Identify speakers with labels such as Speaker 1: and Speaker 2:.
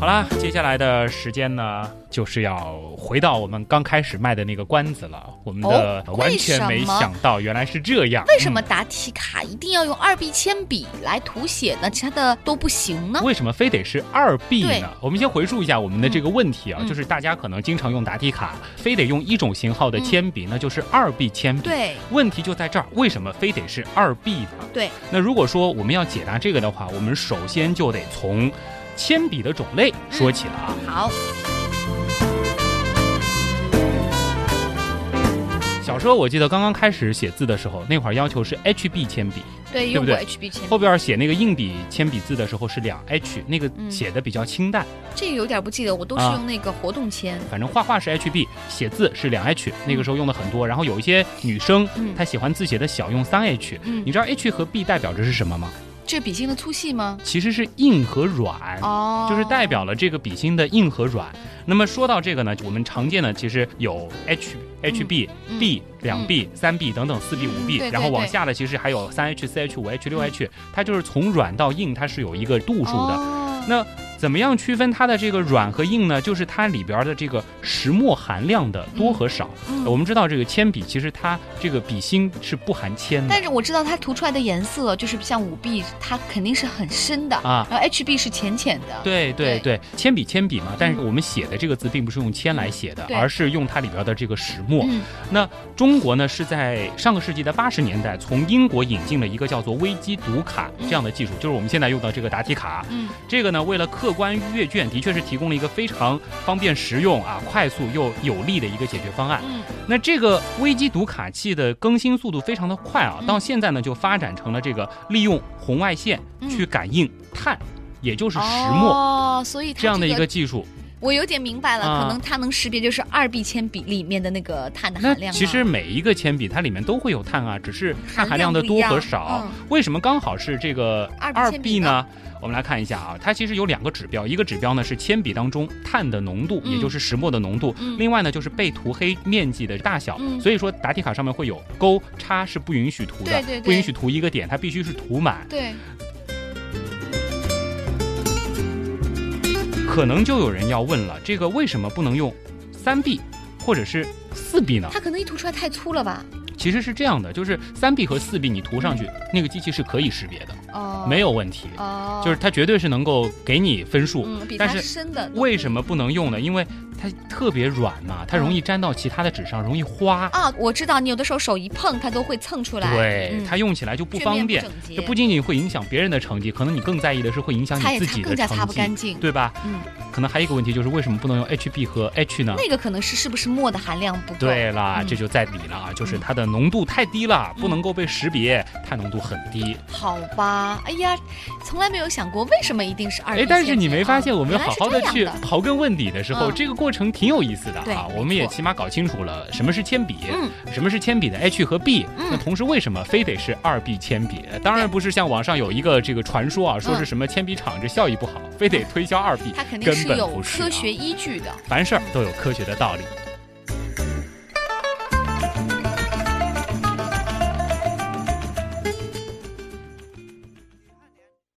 Speaker 1: 好啦，接下来的时间呢，就是要回到我们刚开始卖的那个关子了。我们的
Speaker 2: 哦
Speaker 1: 完全没
Speaker 2: 为什么
Speaker 1: 想到，原来是这样。
Speaker 2: 为什么
Speaker 1: 嗯
Speaker 2: 答题卡一定要用二 B 铅笔来涂写呢？其他的都不行呢？
Speaker 1: 嗯为什么非得是二 B
Speaker 2: 对
Speaker 1: 呢？我们先回述一下我们的这个问题啊，
Speaker 2: 嗯
Speaker 1: 就是大家可能经常用答题卡，非得用一种型号的铅笔，那就是二 B 铅笔。
Speaker 2: 嗯对，
Speaker 1: 问题就在这儿，为什么非得是二 B 呢？
Speaker 2: 对，
Speaker 1: 那如果说我们要解答这个的话，我们首先就得从铅笔的种类说起了啊。
Speaker 2: 好，
Speaker 1: 小时候我记得刚刚开始写字的时候，那会儿要求是 HB 铅笔，
Speaker 2: 对，
Speaker 1: 对
Speaker 2: 用
Speaker 1: 不
Speaker 2: 过
Speaker 1: 对
Speaker 2: HB 铅笔，
Speaker 1: 后边写那个硬笔铅笔字的时候是两 H，那个
Speaker 2: 嗯
Speaker 1: 写的比较清淡。
Speaker 2: 这个有点不记得，我都是
Speaker 1: 啊
Speaker 2: 用那个活动铅。
Speaker 1: 反正画画是 HB，写字是两 H，那个时候用的很多。然后有一些女生
Speaker 2: 嗯
Speaker 1: 她喜欢字写的小，用三 H。
Speaker 2: 嗯
Speaker 1: 你，知道 H 和 B 代表着是什么吗？
Speaker 2: 这笔芯的粗细吗？
Speaker 1: 其实是硬和软。
Speaker 2: 哦，
Speaker 1: 就是代表了这个笔芯的硬和软。那么说到这个呢，我们常见的其实有 H、HB、
Speaker 2: 嗯
Speaker 1: B、两 B、三 B 等等四 B、五
Speaker 2: 嗯
Speaker 1: B，
Speaker 2: 对对
Speaker 1: 然后往下的其实还有三 H、四 H、五 H、六 H，它就是从软到硬，它是有一个度数的。
Speaker 2: 哦
Speaker 1: 那怎么样区分它的这个软和硬呢？就是它里边的这个石墨含量的多和少。
Speaker 2: 嗯
Speaker 1: 我们知道这个铅笔其实它这个笔芯是不含铅的
Speaker 2: 但是我知道它涂出来的颜色，就是像五 B，它肯定是很深的，
Speaker 1: 啊。
Speaker 2: 然后 HB 是浅浅的。
Speaker 1: 对对
Speaker 2: 对
Speaker 1: 对，
Speaker 2: 嗯
Speaker 1: 铅笔铅笔嘛，但是我们写的这个字并不是用铅来写的，
Speaker 2: 对
Speaker 1: 而是用它里边的这个石墨。
Speaker 2: 嗯，
Speaker 1: 那中国呢是在上个世纪的八十年代，从英国引进了一个叫做微机读卡这样的技术，就是我们现在用到这个答题卡。
Speaker 2: 嗯
Speaker 1: 这个呢，为了客观阅卷，的确是提供了一个非常方便、实用啊、快速又有力的一个解决方案。
Speaker 2: 嗯
Speaker 1: 那这个微机读卡器的更新速度非常的快啊，
Speaker 2: 嗯
Speaker 1: 到现在呢就发展成了这个利用红外线
Speaker 2: 嗯
Speaker 1: 去感应碳，也就是石墨
Speaker 2: 哦，所以它
Speaker 1: 这样的一
Speaker 2: 个
Speaker 1: 个技术。
Speaker 2: 我有点明白了，
Speaker 1: 啊
Speaker 2: 可能它能识别就是二 B 铅笔里面的那个碳的
Speaker 1: 那
Speaker 2: 含量啊。
Speaker 1: 其实每一个铅笔它里面都会有碳啊，只是碳含量的多和少
Speaker 2: 含量不一样。
Speaker 1: 为什么刚好是这个
Speaker 2: 二 B
Speaker 1: 二
Speaker 2: 铅
Speaker 1: B
Speaker 2: 笔
Speaker 1: 呢
Speaker 2: 呢？
Speaker 1: 我们来看一下啊，它其实有两个指标，一个指标呢是铅笔当中碳的浓度，
Speaker 2: 嗯
Speaker 1: 也就是石墨的浓度，
Speaker 2: 嗯
Speaker 1: 另外呢就是被涂黑面积的大小。
Speaker 2: 嗯
Speaker 1: 所以说答题卡上面会有勾叉是不允许涂的，
Speaker 2: 对对对
Speaker 1: 不允许啊涂一个点，它必须是涂满。
Speaker 2: 对，
Speaker 1: 可能就有人要问了，这个为什么不能用三 B 或者是四 B 呢？
Speaker 2: 它可能一涂出来太粗了吧？
Speaker 1: 其实是这样的，就是三 B 和四 B 你涂上去，那个机器是可以识别的，
Speaker 2: 哦，
Speaker 1: 没有问题，
Speaker 2: 嗯哦，
Speaker 1: 就是它绝对是能够给你分数。
Speaker 2: 嗯，比
Speaker 1: 但
Speaker 2: 它
Speaker 1: 是
Speaker 2: 深的
Speaker 1: 为什
Speaker 2: 么？
Speaker 1: 么不能用呢？因为它特别软嘛，它
Speaker 2: 嗯
Speaker 1: 容易粘到其他的纸上，容易花。
Speaker 2: 啊，我知道，你有的时候手一碰，它都会蹭出来，
Speaker 1: 对
Speaker 2: 嗯，
Speaker 1: 它用起来就不
Speaker 2: 卷
Speaker 1: 方
Speaker 2: 面
Speaker 1: 便。
Speaker 2: 整洁
Speaker 1: 这不仅仅会影响别人的成绩，可能你更在意的是会影响
Speaker 2: 擦
Speaker 1: 你
Speaker 2: 也
Speaker 1: 自
Speaker 2: 擦
Speaker 1: 己的
Speaker 2: 更加擦
Speaker 1: 成
Speaker 2: 不
Speaker 1: 绩，啊
Speaker 2: 干净。
Speaker 1: 对吧？
Speaker 2: 嗯，
Speaker 1: 可能还有一个问题就是为什么不能用 HB 和 H 呢？
Speaker 2: 那个可能是是不是墨的含量不够？
Speaker 1: 对啦，
Speaker 2: 嗯嗯
Speaker 1: 这就在理了啊，就是它的浓度太低了，不能够被识别，碳浓度很低。
Speaker 2: 好吧，哎呀，从来没有想过为什么一定是二 B
Speaker 1: 哎
Speaker 2: 铅，笔啊。
Speaker 1: 但是你没发现我们好好的
Speaker 2: 原来是
Speaker 1: 去
Speaker 2: 这样的
Speaker 1: 刨根问底的时候，
Speaker 2: 嗯
Speaker 1: 这个过程挺有意思的
Speaker 2: 对
Speaker 1: 啊。
Speaker 2: 没
Speaker 1: 我们也
Speaker 2: 错
Speaker 1: 起码搞清楚了什么是铅笔，
Speaker 2: 嗯
Speaker 1: 什么是铅笔的 H 和 B，、
Speaker 2: 嗯
Speaker 1: 那同时为什么非得是二 B 铅笔？当然不是像网上有一个这个传说啊，说是什么铅笔厂这效益不好，非得推销二 B，
Speaker 2: 它肯定
Speaker 1: 根
Speaker 2: 是
Speaker 1: 本
Speaker 2: 有
Speaker 1: 不是、啊
Speaker 2: 科。学依据的。
Speaker 1: 凡事儿都有科学的道理。